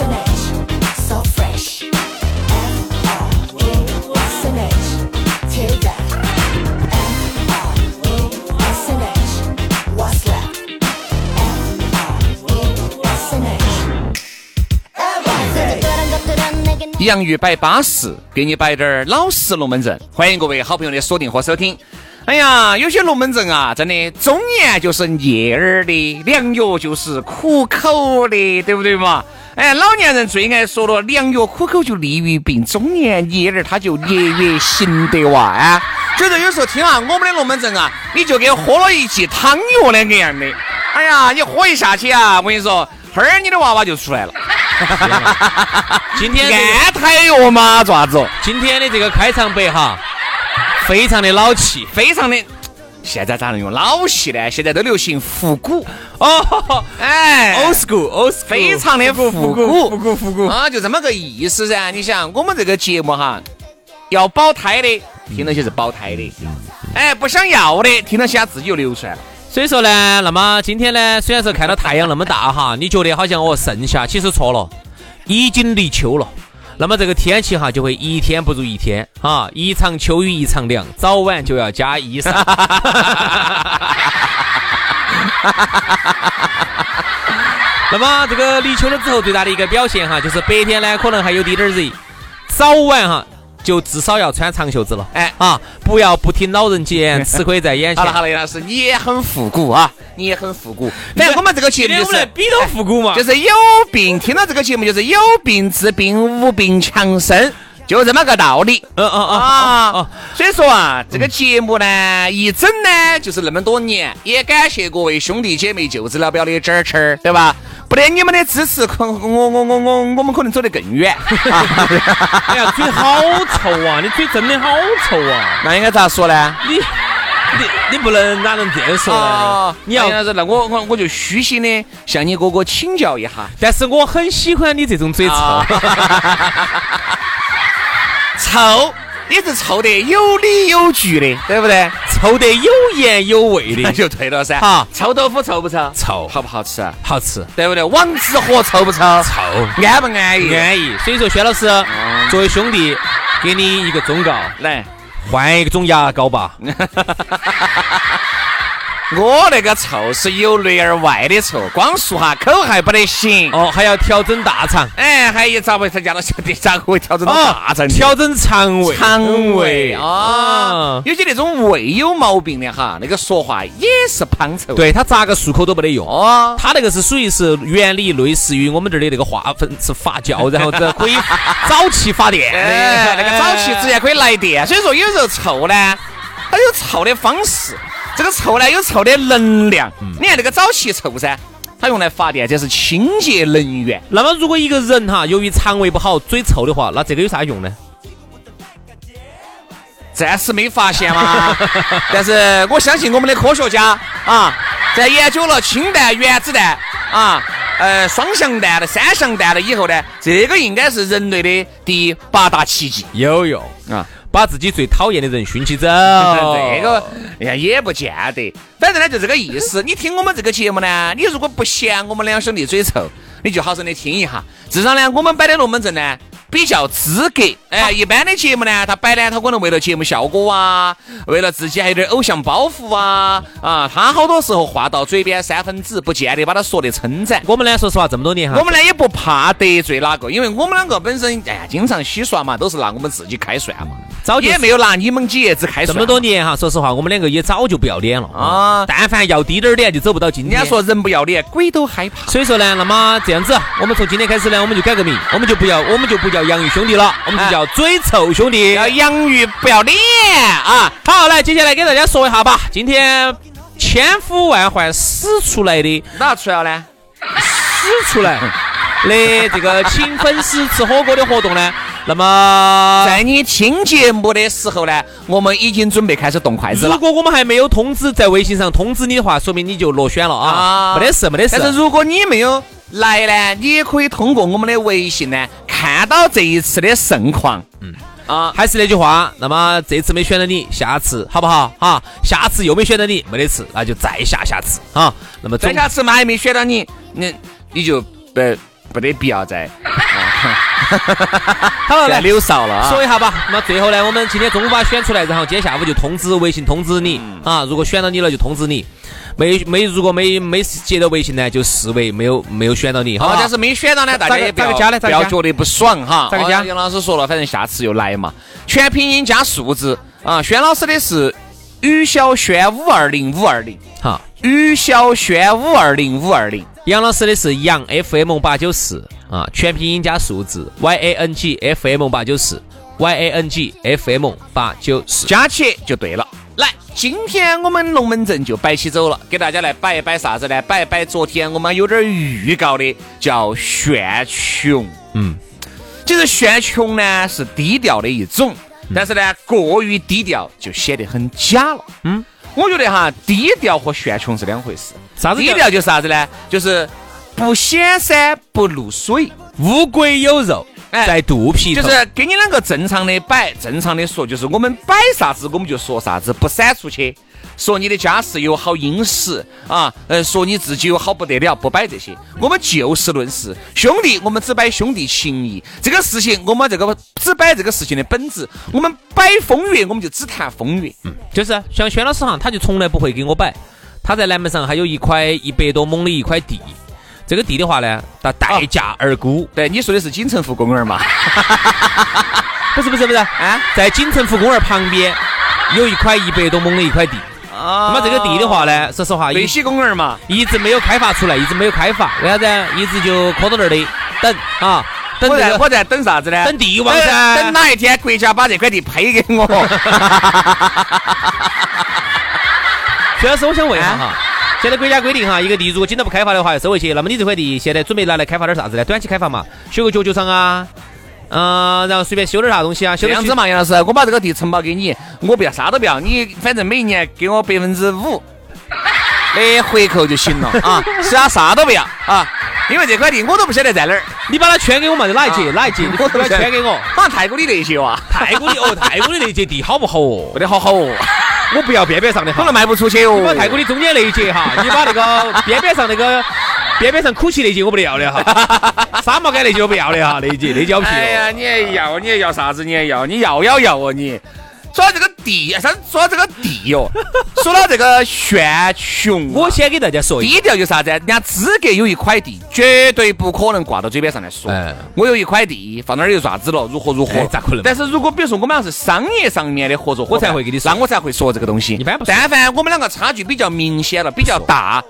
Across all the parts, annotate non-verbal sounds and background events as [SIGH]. So fresh. F-R-E-S-N-H. Till death. F-R-E-S-N-H. What's left? F-R-E-S-N-H. Everything. 洋芋摆巴适，给你摆点儿老实龙门阵。欢迎各位好朋友的锁定和收听。哎呀，有些龙门阵啊，真的忠言就是悦耳的，良药就是苦口的，对不对嘛？哎，老年人最爱说了，良药苦口就利于病，忠言悦耳他就节约行得哇啊。所以说有时候听啊，我们的龙门阵啊，你就跟喝了一剂汤药两个样的。哎呀，你喝一下去啊，我跟你说，后儿你的娃娃就出来了。今天这个安胎药嘛，爪子。今天的这个开场白哈，非常的老气。非常的。现在咋能用老戏呢？现在都流行复古哦，哎 old school，old school，非常的复复古古，复古，复古。啊，就这么个意思噻。你想，我们这个节目哈，要保胎的听了些是保胎的，嗯哎，不想要的听了些自己又流出来了。所以说呢，那么今天呢，虽然说看到太阳那么大哈，你觉得好像哦盛夏，其实错了，已经立秋了。那么这个天气哈，就会一天不如一天啊，一场秋雨一场凉，早晚就要加衣裳。 [LAUGHS] 那么这个立秋了之后，最大的一个表现哈，就是白天呢可能还有滴点儿热，早晚哈就至少要穿长袖子了。哎啊，不要不听老人言，吃亏在眼好前。了好了，杨老师，你也很复古啊，你也很复古。反正我们这个节目今天就我们来是。哎比到复古嘛，就是有病，听到这个节目就是有病治病，无病强身，就这么个道理。嗯嗯嗯嗯嗯啊，所以说啊，这个节目呢，一整呢就是那么多年，也感谢各位兄弟姐妹、舅子老表的支持，对吧？不得你们的支持，可我我我我我我们可能走得更远。哎呀，嘴好臭啊！你嘴真的好臭啊！那应该咋说呢？你你你不能哪能这样说哦呢？，你要，那那我我我就虚心的向你哥哥请教一下。但是我很喜欢你这种嘴臭。啊臭，你是臭得有理有据的，对不对？ [LAUGHS] 臭得有盐有味那的，就对了噻。好臭豆腐臭不臭？臭好不好吃？啊好吃，对不对？王致和臭不臭？臭，安不安逸？安逸。所以说，薛老师作为兄弟，给你一个忠告，来，换一种牙膏吧。我那个臭是由内而外的臭，光漱下口还不得行。哦，还要调整大肠，哎，还有咋不他家到弟咋个会调整到大肠？哦调整肠胃，肠胃啊啊，。有些那种胃有毛病的哈，那个说话也是胖臭。对他咋个漱口都没得用。哦，它那个是属于是原理类似于我们这儿的那个化粪是发酵，然后这可以 [LAUGHS] 早期发电哎，那个沼气直接可以来电。所以说，有时候臭呢，它有臭的方式，这个臭呢有臭的能量。嗯你看那个沼气臭噻，它用来发电，这是清洁能源。那么如果一个人哈，由于肠胃不好、嘴臭的话，那这个有啥用呢？暂时没发现嘛， [LAUGHS] 但是我相信我们的科学家啊，在研究了氢弹、原子弹啊。呃，双向弹的、三相弹的，以后呢，这个应该是人类的第八大奇迹有用，啊！。把自己最讨厌的人熏起走哦这个哎呀也不见得，反正呢就这个意思。你听我们这个节目呢，你如果不嫌我们两兄弟嘴臭，你就好生的听一下。至少呢，我们摆的龙门阵呢，比较资格。哎，一般的节目呢，他摆呢，他可能为了节目效果啊，为了自己还有点偶像包袱啊，啊，他好多时候话到嘴边三分纸，不见得把他说得称赞。我们呢，说实话，这么多年哈，我们呢也不怕得罪哪个，因为我们两个本身哎呀，经常洗刷嘛，都是拿我们自己开涮嘛，早就也没有拿你们几爷子开这涮。么多年哈，说实话，我们两个也早就不要脸了啊但凡要低点儿脸，就走不到今人天。家说人不要脸，鬼都害怕。所以说呢，那么这样子，我们从今天开始呢，我们就改个名，我们就不要， [LAUGHS] 啊我们就不叫洋芋兄弟了，我们就叫嘴臭兄弟。要养鱼哎不要脸啊！好，来，接下来给大家说一下吧，今天千呼万唤始出来的，哪出来呢？始出来的这个请粉丝吃火锅的活动呢，那么。在你听节目的时候呢，我们已经准备开始动筷子如了。果我们还没有通知，在微信上通知你的话，说明你就落选了啊！啊没得事，没得事。但是如果你没有来呢，你也可以通过我们的微信呢，看到这一次的盛况。嗯啊，还是那句话，那么这次没选到你，下次好不好？哈，下次又没选到你，没得次，那就再下下次啊。那么总再下次嘛还没选到你，你你就不不得必要再 [LAUGHS] 好了，再来柳梢了啊说。一下吧。那么最后呢，我们今天中午把它选出来，然后今天下午就通知微信通知你嗯啊。如果选到你了，就通知你。没没，如果没没接到微信呢，就视为没有没有选到你，好好吧，？啊但是没选到呢，大家也不咋要个加呢不咋个加要觉得不爽哈。咋个加哦杨老师说了，反正下次又来嘛，全拼音加数字嗯啊。轩老师的是于小轩五二零五二零，好，于小轩五二零五二零。杨老师的是杨 FM 八九四啊，全拼音加数字 Y A N G F M 八九四 Y A N G F M 八九四。加起就对了。来，今天我们龙门阵就摆起走了，给大家来摆一摆啥子呢？摆一摆昨天我们有点预告的，叫炫穷。嗯，其实炫穷呢是低调的一种，嗯但是呢过于低调就显得很假了。嗯，我觉得哈，低调和炫穷是两回事。啥子叫低调就是啥子呢？就是不显山不露水。乌龟有肉哎在肚皮头，就是给你两个正常的摆，正常的说，就是我们摆啥子我们就说啥子，不闪出去。说你的家世有好殷实啊，呃，说你自己有好不得了，不摆这些。我们就事论事，兄弟，我们只摆兄弟情谊。这个事情，我们这个只摆这个事情的本质。我们摆风月，我们就只谈风月。嗯就是啊像轩老师哈，他就从来不会给我摆。他在南门上还有一块一百多亩的一块地，这个地的话呢，他待价而沽。对，你说的是锦城湖公园嘛？哎不是不是不是啊，在锦城湖公园旁边有一块一百多亩的一块地。啊那么这个地的话，呢，说实话，北一溪公园嘛，一直没有开发出来，一直没有开发，为啥子呢？一直就搁到那儿的等啊，等我这在个我在等啥子呢？哎等帝王噻等等哪一天国家把这块地配给我。薛老师，我想问一下哈，现在国家规定哈，一个地如果经常不开发的话，要收回去。那么你这块地现在准备拿来开发点啥子呢？短期开发嘛，修个脚球场啊，嗯、然后随便修点啥东西啊，修这点样子嘛，杨老师，我把这个地承包给你，我不要啥都不要，你反正每一年给我百分之 [LAUGHS] 五的回扣就行了啊，其他啥都不要啊，因为这块地我都不晓得在哪儿，你把它圈给我嘛，就哪一节哪一节，你我把它圈给我。好像太古里那些哇，泰国 [LAUGHS] 的哦，泰国的那节地好不好哦不？得好好哦， [LAUGHS] 我不要边边上的可哈，能卖不出去你把哦。泰国的中间那一节哈，你把那个边边上那个边边上苦奇那节我不要的哈， [LAUGHS] 沙漠感那节我不要的哈，那一节那节我不去哦。哎呀，你也要，你也要啥子？你也要，你要要要哦你。说到这个地，啥？说到这个地哦，说到这个 [LAUGHS] 啊炫穷，我先给大家说一下，低调就是啥子？人家资格有一块地，绝对不可能挂到嘴边上来说。哎我有一块地，放那儿有啥子了？如何如何？哎咋可能但是如果比如说我们俩是商业上面的合作伙我伴，才会给你说那我才会说这个东西。一般不说但凡我们两个差距比较明显了，比较大，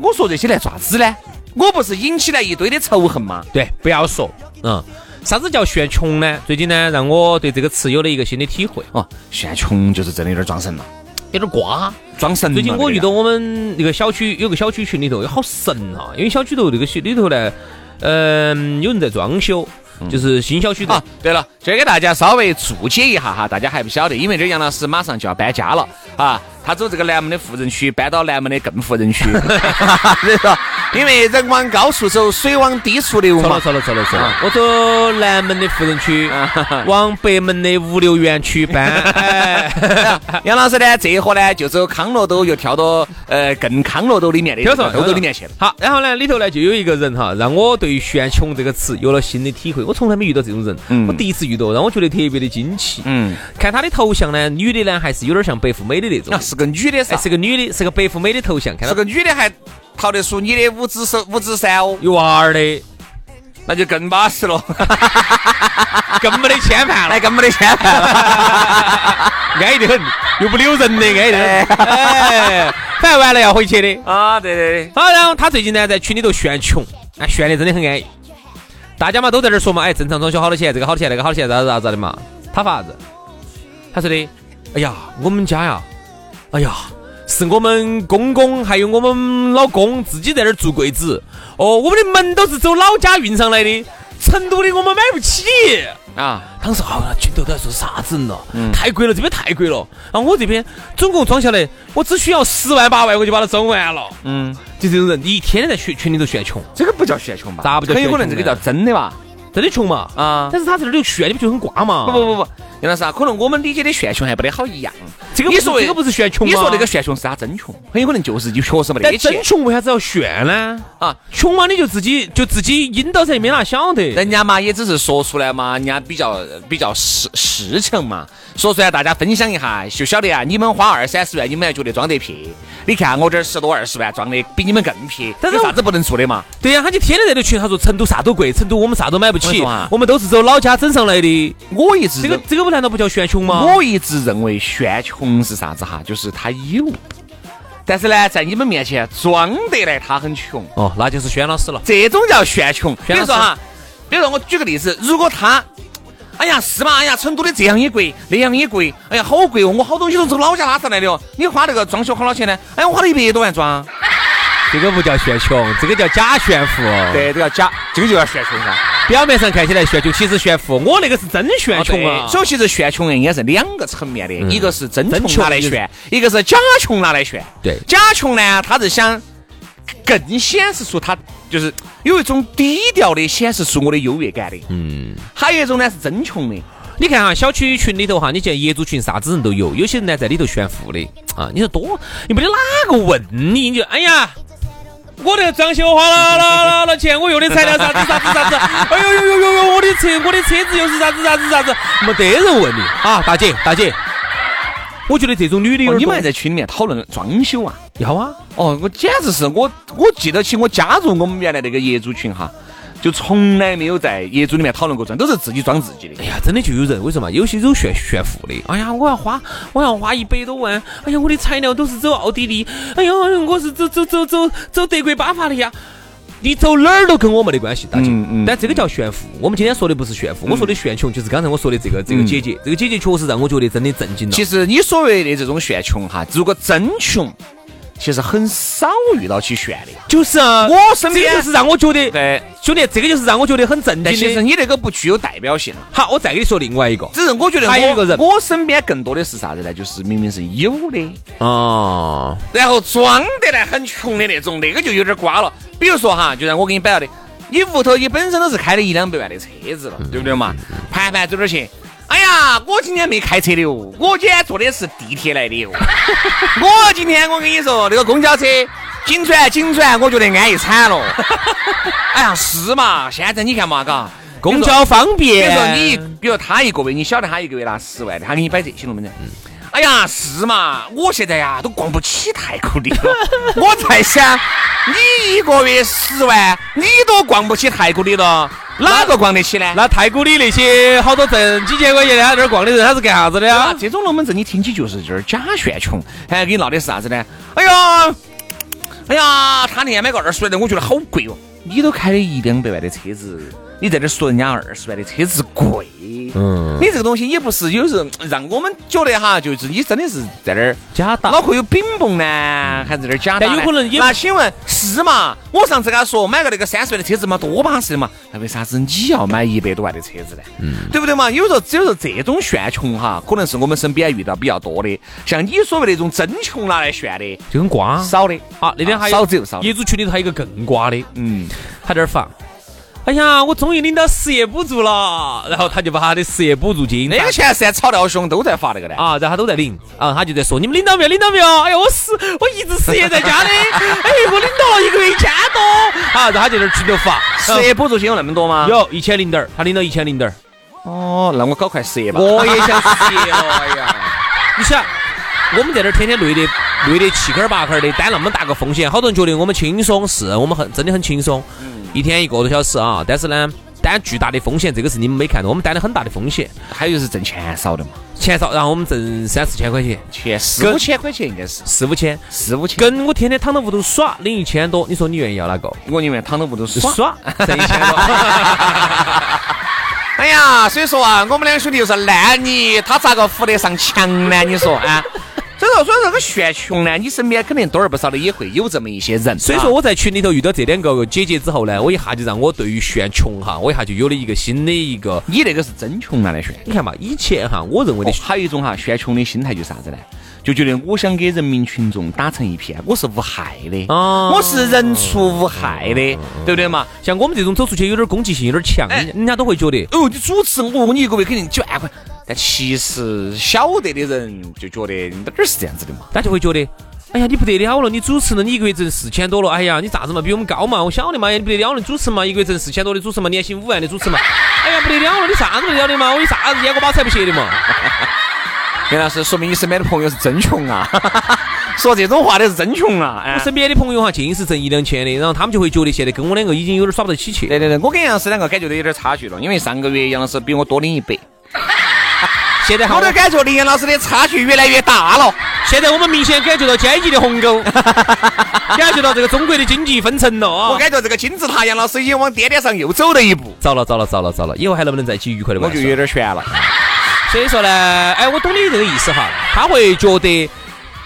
我说这些来爪子呢？我不是引起来一堆的仇恨吗？对，不要说，嗯，啥子叫炫穷呢？最近呢，让我对这个词有了一个新的体会，哦，炫穷就是真的有点装神了，有点瓜。装神了。最近我遇这个到我们那个小区有个小区群里头，好神啊！因为小区头那个里头呢，嗯，有人在装修，就是新小区头 [LAUGHS] 啊。，对了，这给大家稍微注解一下哈，大家还不晓得，因为这杨老师马上就要搬家 [LAUGHS] 了啊，他走这个南门的富人区，搬到南门的更富人区，所以说因为人往高处走，水往低处流错了嘛。错了错了错了，啊我走南门的富人区啊，往北门的五六园区搬。 [LAUGHS] 哎，杨老师呢，这一伙呢就走康乐兜，又跳到呃更康乐兜里面的听说兜兜里面去了。。好，然后呢，里头呢就有一个人哈，让我对于“炫穷”这个词有了新的体会。我从来没遇到这种人，我第一次遇到，让我觉得特别的惊奇。嗯，看她的头像呢，女的呢还是有点像白富美的那种啊，，是个女的噻哎，，是个女的，是个白富美的头像，看是到个女的还逃得出你的五指手五指山哦， [LAUGHS] 有娃儿的，那就更巴适了， [LAUGHS] 更没得牵哎绊了那，更没得牵绊了。安逸得很，又不留人的，安逸得很。哎，反正完了要回去的。 [LAUGHS] 啊，对对对，好，然后他最近呢在群里头炫穷，哎，炫的真的很安逸。大家嘛都在这儿说嘛，哎，正常装修好多钱，这个好多钱，那个好多钱，咋咋咋的嘛。他发啥子？他说的，哎呀，我们家呀，哎呀，是我们公公还有我们老公自己在那儿做柜子，哦，我们的门都是走老家运上来的，成都的我们买不起。啊，当时好像群头都在说啥子人了，嗯太贵了，这边太贵了。然后我这边总共装下来，我只需要十万八万，我就把它装完了。嗯，就这种人，你一天天在群群里头炫穷，这个不叫炫穷吧？咋不叫很有可炫能穷这个叫呢真的吧？真的穷嘛？啊，但是他这里头炫，你不觉得很瓜嘛？不不，不不，杨老师啊，可能我们理解的炫穷还不得好一样。这个你不是说这个不是炫穷吗？你说那个炫穷是他真穷，很有可能就是你确实没但得钱真穷为啥子要炫呢？啊。穷嘛，你就自己就自己引导噻，没哪想得。人家嘛也只是说出来嘛，人家比较呃比较实实诚嘛，说出来大家分享一下，就晓得啊。你们花二三十万，你们还觉得装得撇？你看我这儿十多二十万装的比你们更撇，但是有我啥子不能做的嘛？对呀、他就天天在那群，他说成都啥都贵，成都我们啥都买不我起说啊，我们都是走老家整上来的。我一直这个认这个不难道不叫炫穷吗？我一直认为炫穷是啥子哈，就是他有，但是呢，在你们面前装得来他很穷，哦，那就是轩老师了。这种叫炫穷。比炫如老师说哈，比如说我举个例子，如果他，哎呀是嘛，哎呀成都的这样也贵，那样也贵，哎呀好贵哦，我好东西都是老家拉上来的哦。你花那个装修花多少钱呢？哎呀，我花了一百多万装。这个不叫炫穷，这个叫假炫富。，对，这个假，这个就叫炫穷噻。表面上看起来炫穷，其实炫富。我那个是真哦炫穷啊。嗯所以其实炫穷人应该是两个层面的，一个是真真穷穷拿来就是炫，一个是假穷拿来炫。对假穷呢，他是想更显示出他就是有一种低调的显示出我的优越感的。嗯。还有一种呢是真穷的，你看哈，小区群里头哈，你见业主群啥子人都有，有些人呢在里头炫富的啊，你说多，你没得哪个问你，你就哎呀。我这个装修花了啦啦啦钱，我用的材料啥子啥子 [LAUGHS] 啥子，哎呦呦呦呦呦，我的车我的车子又是啥子啥子啥子，没得人问你啊，大姐大姐，我觉得这种女的有哦点你们还多在群里面讨论装修啊？要啊，哦，我简直是我，我记得起我加入我们原来那个业主群哈，就从来没有在业主里面讨论过装，都是自己装自己的哎。呀，真的就有人，为什么？有些有炫炫富的，哎呀，我要花，我要花一百多万，哎呀，我的材料都是走奥地利，哎呀，我是走走走走走德国巴伐利亚。你走哪儿都跟我没得关系，大姐。嗯嗯但这个叫炫富。我们今天说的不是炫富，我说的炫穷就是刚才我说的这个这个姐姐，这个姐姐确实让我觉得真的震惊了。其实你所谓的这种炫穷哈，如果真穷，其实很少遇到去炫的。就是啊，我身这边个就是让我觉得，对，兄弟，这个就是让我觉得很震但其惊实的。你那个不具有代表性。好，我再给你说另外一个。只是我觉得我还有一个人我身边更多的是啥子呢？就是明明是有的，哦，然后装得来很穷的那种，那个就有点瓜了。比如说哈，就像我给你摆了的，你屋头你本身都是开了一两百万的车子嗯了，对不对嘛？盘盘走点去。哎呀，我今天没开车的哦，我今天坐的是地铁来 [LAUGHS] 的哦。我今天我跟你说，那个公交车紧转紧转，我觉得安逸惨了。哦哎呀，是嘛？现在你看嘛，嘎， [LAUGHS] 公交方比如便。说你，比如他一个月，你晓得他一个月拿十万的，他给你摆这些龙门阵。嗯哎呀，是嘛？我现在呀都逛不起太古里了。 [LAUGHS] 我在想，你一个月十万，你都逛不起太古里了，哪个逛得起呢？那太古里那些好多挣几千块钱的，他在那儿逛的人，他是干啥子的啊啊，？这种龙门阵你听起就是就是假炫穷，还给你闹的是啥子呢？哎呀，哎呀，他那天买个二十万的，我觉得好贵哦。你都开了一两百万的车子，你在这说人家二十万的车子贵，对。嗯，你这个东西也不是有时候让我们觉得哈，就是你真的是在那儿假打脑壳有饼蹦呢，还是有点假打呢？啊嗯但有可能也那请问是嘛？我上次跟他说买个那个三十万的车子嘛，多巴适的嘛，那为啥子你要买一百多万的车子呢？嗯对不对嘛？有时候只有时候这种炫穷哈，可能是我们身边遇到比较多的，像你所谓那种真穷拿来炫的就跟瓜少的。啊，那天还有少之又少业主群里头还有一个更瓜的，嗯，他在那儿发。哎呀，我终于领到失业补助了，然后他就把他的失业补助金那个前三吵得好凶，都在发那个的。啊，然后他都在领啊，他就在说你们领到没有？领到没有？哎呀，我失，我一直失业在家的， [LAUGHS] 哎，我领到了一个月一千多啊，然后他就在那儿群头发，失业补助金有那么多吗？嗯。有一千零点儿，他领到一千零点儿，哦，那我搞块失业吧。我也 [LAUGHS] 想失业了，哎呀，你想，我们在这儿天天累得累得七坑八坑的，担那么大个风险，好多人觉得我们轻松，是我们很真的很轻松，嗯一天一个多小时啊，但是呢，担巨大的风险，这个是你们没看到，我们担了很大的风险，还有就是挣钱少的嘛，钱少，然后我们挣三四千块钱，钱四五千块钱应该是四五千。四五千。跟我天天躺到屋头耍，领一千多，你说你愿意要哪个？我宁愿躺到屋头耍。耍 [LAUGHS] 挣一千多，哎呀，所以说啊，我们两兄弟就是烂泥，他咋个扶得上墙呢？你说 [LAUGHS] 啊？所以说，所以说这个炫穷呢，你身边肯定多而不少的也会有这么一些人。所以说我在群里头遇到这两个姐姐之后呢，我一下就让我对于炫穷哈，我一下就有了一个新的一个你那个是真穷啊拿来炫。你看嘛，以前哈，我认为的哦，还有一种哈炫穷的心态就是啥子呢？就觉得我想给人民群众打成一片，我是无害的，哦我是人畜无害的，对不对嘛？像我们这种走出去有点攻击性、有点强，哎人家人家都会觉得哦，你主持我，你一个月肯定几万块，但其实晓得的人就觉得哪儿是这样子的嘛？他就会觉得，哎呀，你不得了了，你主持了，你一个月挣四千多了，哎呀，你咋子嘛，比我们高嘛，我晓得嘛，哎呀你不得了了，你主持嘛，一个月挣四千多的主持嘛，年薪五万的 [LAUGHS] 主持嘛，哎呀，不得了了，你啥子不得了的嘛，我有啥子烟锅巴踩不斜的嘛，哎袁老师，说明你身边的朋友是真穷啊！ [LAUGHS] 说这种话的是真穷啊！哎我，身边的朋友哈，尽是挣一两千的，然后他们就会觉得现在跟我两个已经有点耍不到起去对，对对，我跟杨老师两个感觉都有点差距了，因为上个月杨老师比我多领一百，现在哈我，都感觉离杨老师的差距越来越大了。现在我们明显感觉到阶级的 [LAUGHS] 鸿沟，感觉到这个中国的经济分层了我啊。感觉这个金字塔杨老师已经往颠颠上又走了一步，糟了糟了糟了糟了！以后还能不能在一起愉快的我玩就耍？有点悬了。所以说呢，哎，我懂你这个意思哈，他会觉得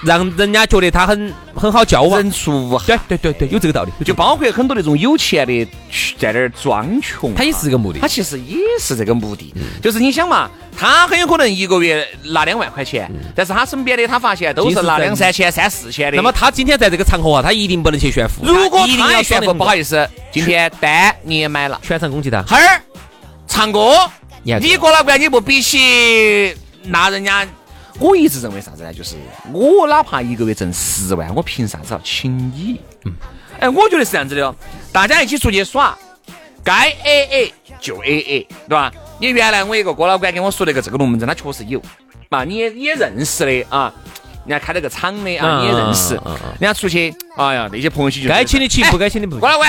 让人家觉得他很很好交 [LAUGHS] 往，人畜无害，对对对对，有这个道理，就包括很多那种有钱的在那儿装穷啊，他也是这个目的他。其实也是这个目的，就是你想嘛，他很有可能一个月拿两万块钱，但是他身边的他发现都其是实拿在两三千、三四千的。那么他今天在这个场合啊，他一定不能去炫富，如果一定他要也炫富，不好意思，今天单你也买了，全场攻击他，哈儿唱歌，你还你过了关你不比起那人家。我一直认为啥子呢？就是我哪怕一个月挣十万，我凭啥子要请你？嗯，哎，我觉得是这样子的哦，大家一起出去耍，该 A A 就 A A，对吧？你原来我一个哥老倌跟我说那个这个龙门阵，他确实有，嘛，你也你也认识的啊，人家开了个厂的啊，你也认识，嗯嗯嗯嗯人家出去，哎呀，那些朋友圈就该请的请，哎不该请的不郭。老倌，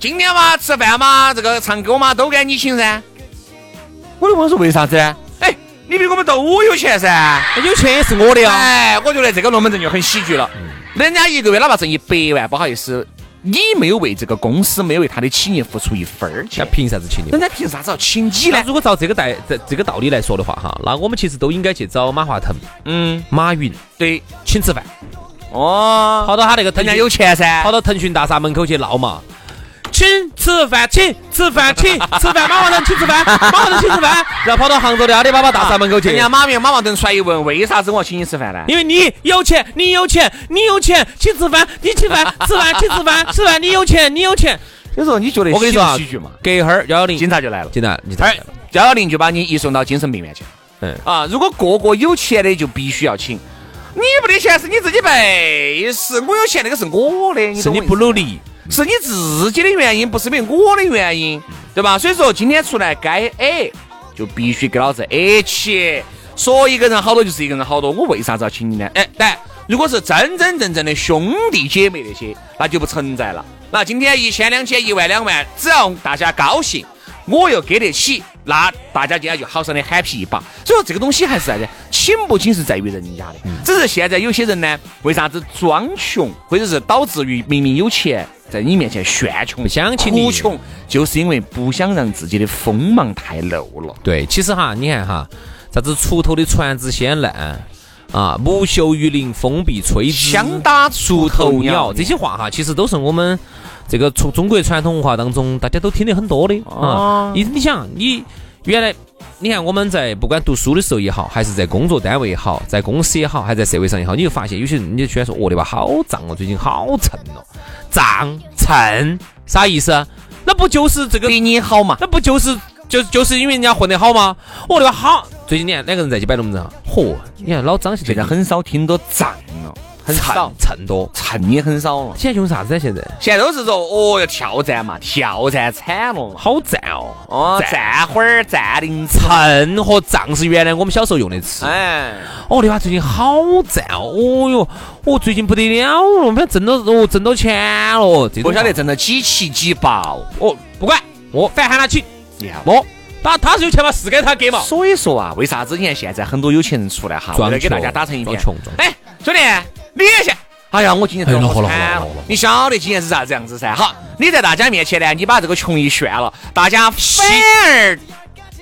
今天嘛吃饭嘛，这个唱歌嘛都该你请噻。我的朋友说为啥子呢？哎，你比我们都有钱噻。有钱也是我的啊呀，哎，我觉得这个龙门阵就很喜剧了。人家一个月哪怕挣一百万，不好意思，你没有为这个公司，没有为他的企业付出一分儿那钱，哎凭啥子请你人？家凭啥子要请你那呢？如果照这个代这这个道理来说的话，哈，那我们其实都应该去找马化腾、嗯，马云对，请吃饭，哦，跑到他那个腾人家讯有钱噻跑。到腾讯大厦门口去闹嘛。请吃饭，请吃饭，请吃饭，马化腾请吃饭，马化腾请吃饭，然后跑到杭州的阿里巴巴大厦门口去人。家马云马化腾出来一问，为啥子我要请你吃饭呢？因为你有钱，你有钱，你有钱，请吃饭，你吃饭，吃饭，请吃饭，吃饭，你有钱，你有钱。所以说你觉得 [LAUGHS] 我跟你说啊喜不喜剧嘛，，隔一会儿幺幺零，警察就来了。警察，你哎猜，幺幺零就把你移送到精神病院去。嗯啊，如果个个有钱的就必须要请，你没得钱是你自己背时，我有钱那个是我的，你是懂你我意思不努力，是你自己的原因，不是因为我的原因，嗯对吧？所以说今天出来该 A 就必须给老子 A 起，说一个人好多就是一个人好多，我为啥子要请你呢？哎，但如果是真真正正的兄弟姐妹那些，那就不存在了。那今天一千、两千、一万、两万，只要大家高兴，我又给得起，那大家今天就好生的 happy 一把。所以说这个东西还是啥子，请不请是在于人家的。只是现在有些人呢，为啥子装穷，或者是导致于明明有钱，在你面前炫穷、不想请你哭穷，就是因为不想让自己的锋芒太露了。对，其实哈，你看哈，啥子锄头的船子先烂啊，木秀于林，风必摧之。枪打出锄头头鸟鸟，这些话哈，其实都是我们这个从中国传统文化当中大家都听得很多的哦啊。你你想，你原来你看我们在不管读书的时候也好，还是在工作单位也好，在公司也好，还在社会上也好，你就发现有些人你就喜欢说，哦，那娃好胀哦，最近好蹭哦，胀蹭啥意思啊？那不就是这个比你好嘛，那不就是就就是因为人家混得好吗？我的妈哦好，最近你看哪个人在去摆龙门阵啊？嚯，你看老张现现在在很少听到胀了，很少，蹭多，蹭也很少了。现在用啥子呢？现在现在都是说哦要跳站嘛，跳站惨了嘛。好赞哦，哦，赞站会儿站零次。蹭和胀是原来我们小时候用的词。哎，哦，你妈最近好赞哦，哦哟，我最近不得了了，我们挣到哦挣到钱了，哦这种不晓得挣到几期几爆。哦，不管我反正喊他起，你看我他他是有钱嘛，是该他给嘛。所以说啊，为啥子你看现在很多有钱人出来哈，装为了给穷大家打成一片，装穷装哎，兄弟，你也去。哎呀，我今年哎真的好了惨好了好了好了你晓得今年是啥子样子噻？好，你在大家面前呢，你把这个穷一炫了，大家反而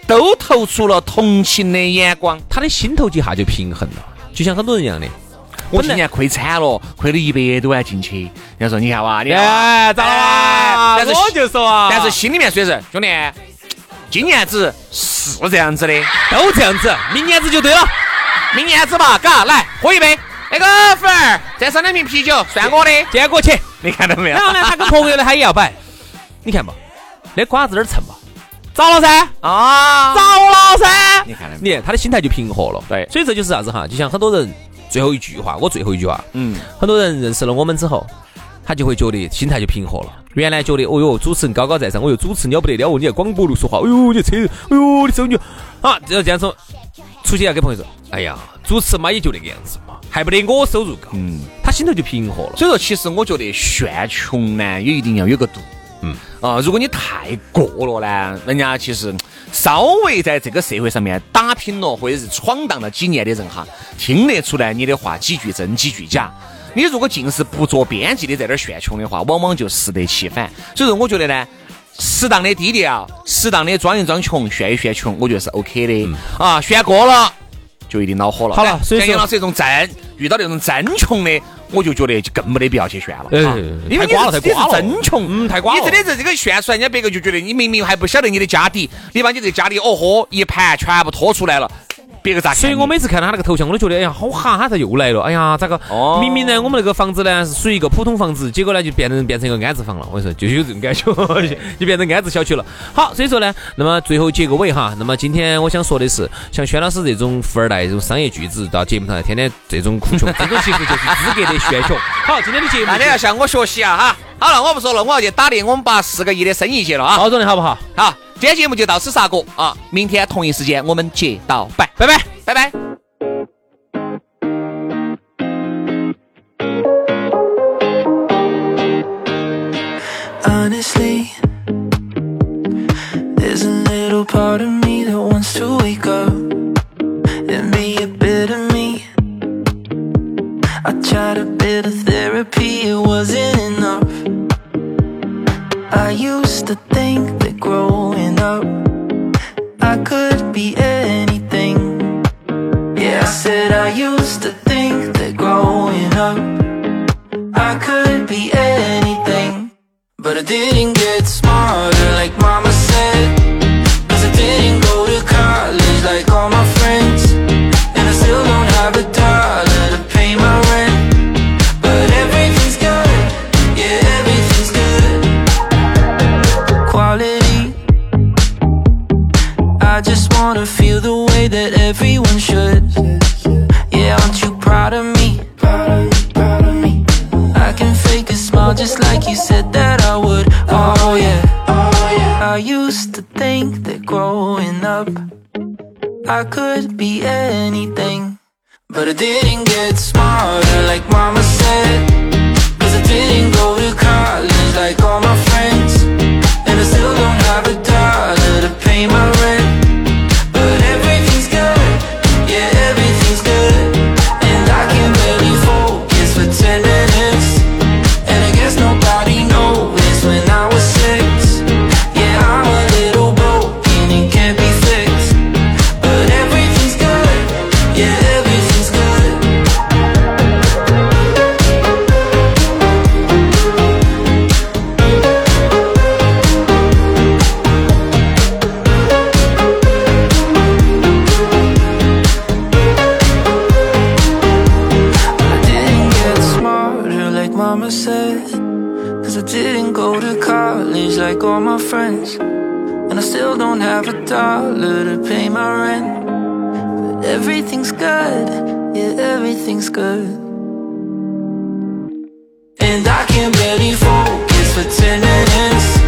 都投出了同情的眼光。他的心头一下就平衡了，就像很多人一样的。我本来今年亏惨了，亏了一百多万啊进去。人家说你看哇，你看哇哎，咋啦？哎但是我就说啊，但是心里面虽然兄弟，今年子是这样子的，都这样子，明年子就对了。明年子嘛，嘎，来喝一杯。那个粉儿，这三两瓶啤酒算我的。今天过去，你看到没有 [LAUGHS] 然后呢，他跟朋友呢，他也要摆，你看嘛，那瓜子儿蹭嘛，咋了噻？啊糟了噻！你看到没有你看他的心态就平和了。对所以这就是啥子哈？就像很多人最后一句话，我最后一句话，嗯，很多人认识了我们之后，他就会觉得心态就平和了。原来觉得哦哟，主持人高高在上，哦哟，主持人了不得了哦，你在广播路说话，哦哟，你车，哎呦，你手你啊，只要这样说，出去要跟朋友说，哎呀，主持嘛也就那个样子嘛，还不得我收入高，嗯，他心头就平和了。所以说，其实我觉得炫穷呢，也一定要有个度。嗯啊，如果你太过了呢，人家其实稍微在这个社会上面打拼了，或者是闯荡了几年的人哈，听得出来你的话几句真几句假。你如果尽是不着边际的在那儿炫穷的话，往往就适得其反。所以说，我觉得呢，适当的低调，适当的装一装穷，炫一炫穷，我觉得是 OK 的。啊，炫过了。就一定恼火了。嗯好了但所以说像杨老师这种真遇到那种真穷的，我就觉得就更没得必要去炫了。哎啊因为太瓜了你是太瓜了你是真穷，嗯太瓜了你真的是这个炫出来，人家别个就觉得你明明还不晓得你的家底，你把你这家底哦豁一盘全部拖出来了，别个咋看你？所以我每次看到他那个头像，我都觉得，哎呀，好哈，他咋又来了？哎呀，咋个？哦明明呢，我们那个房子呢是属于一个普通房子，结果呢就变成变成一个安置房了。我跟你说，就有这种感觉，就变成安置小区了。好，所以说呢，那么最后结个尾哈，那么今天我想说的是，像轩老师这种富二代、这种商业巨子，到节目上来天天这种哭穷，这种其实就是资格的炫穷。好，今天的节目大就家要向我学习啊哈！好了，我不说了，我要去打猎我们爸四个亿的生意去了啊！包装的好不好？好，今天节目就到此杀过啊！明天同一时间我们接到拜，拜拜，拜拜。 Honestly, there's a little part of me that wants to wake up and be a bit of me. I tried a bit of therapy, it wasn't enough. I used to think that growing up, I could be anything. Yeah, I said I used to think that growing up, I could be anything. But I didn't get smarter like mama said Cause I didn't go to college like all my friends And I still don't have a dollar to pay my rent But everything's good, yeah everything's good Quality I just wanna feel the way that everyone should Yeah, aren't you proud of me? Proud of me I can fake a smile just like you said that I would. Oh yeah. Oh yeah. I used to think that growing up I could be anything. But I didn't get smarter like mama said. Cause I didn't go to college like all my friends. And I still don't have a dollar to friends, and I still don't have a dollar to pay my rent. But everything's good, yeah, everything's good. And I can barely focus for 10 minutes.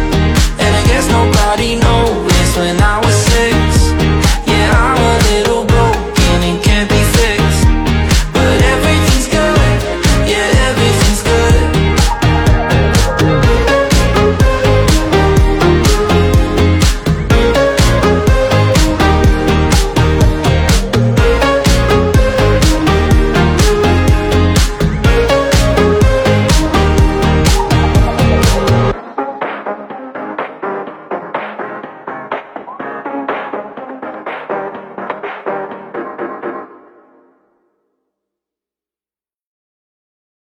And I guess nobody knows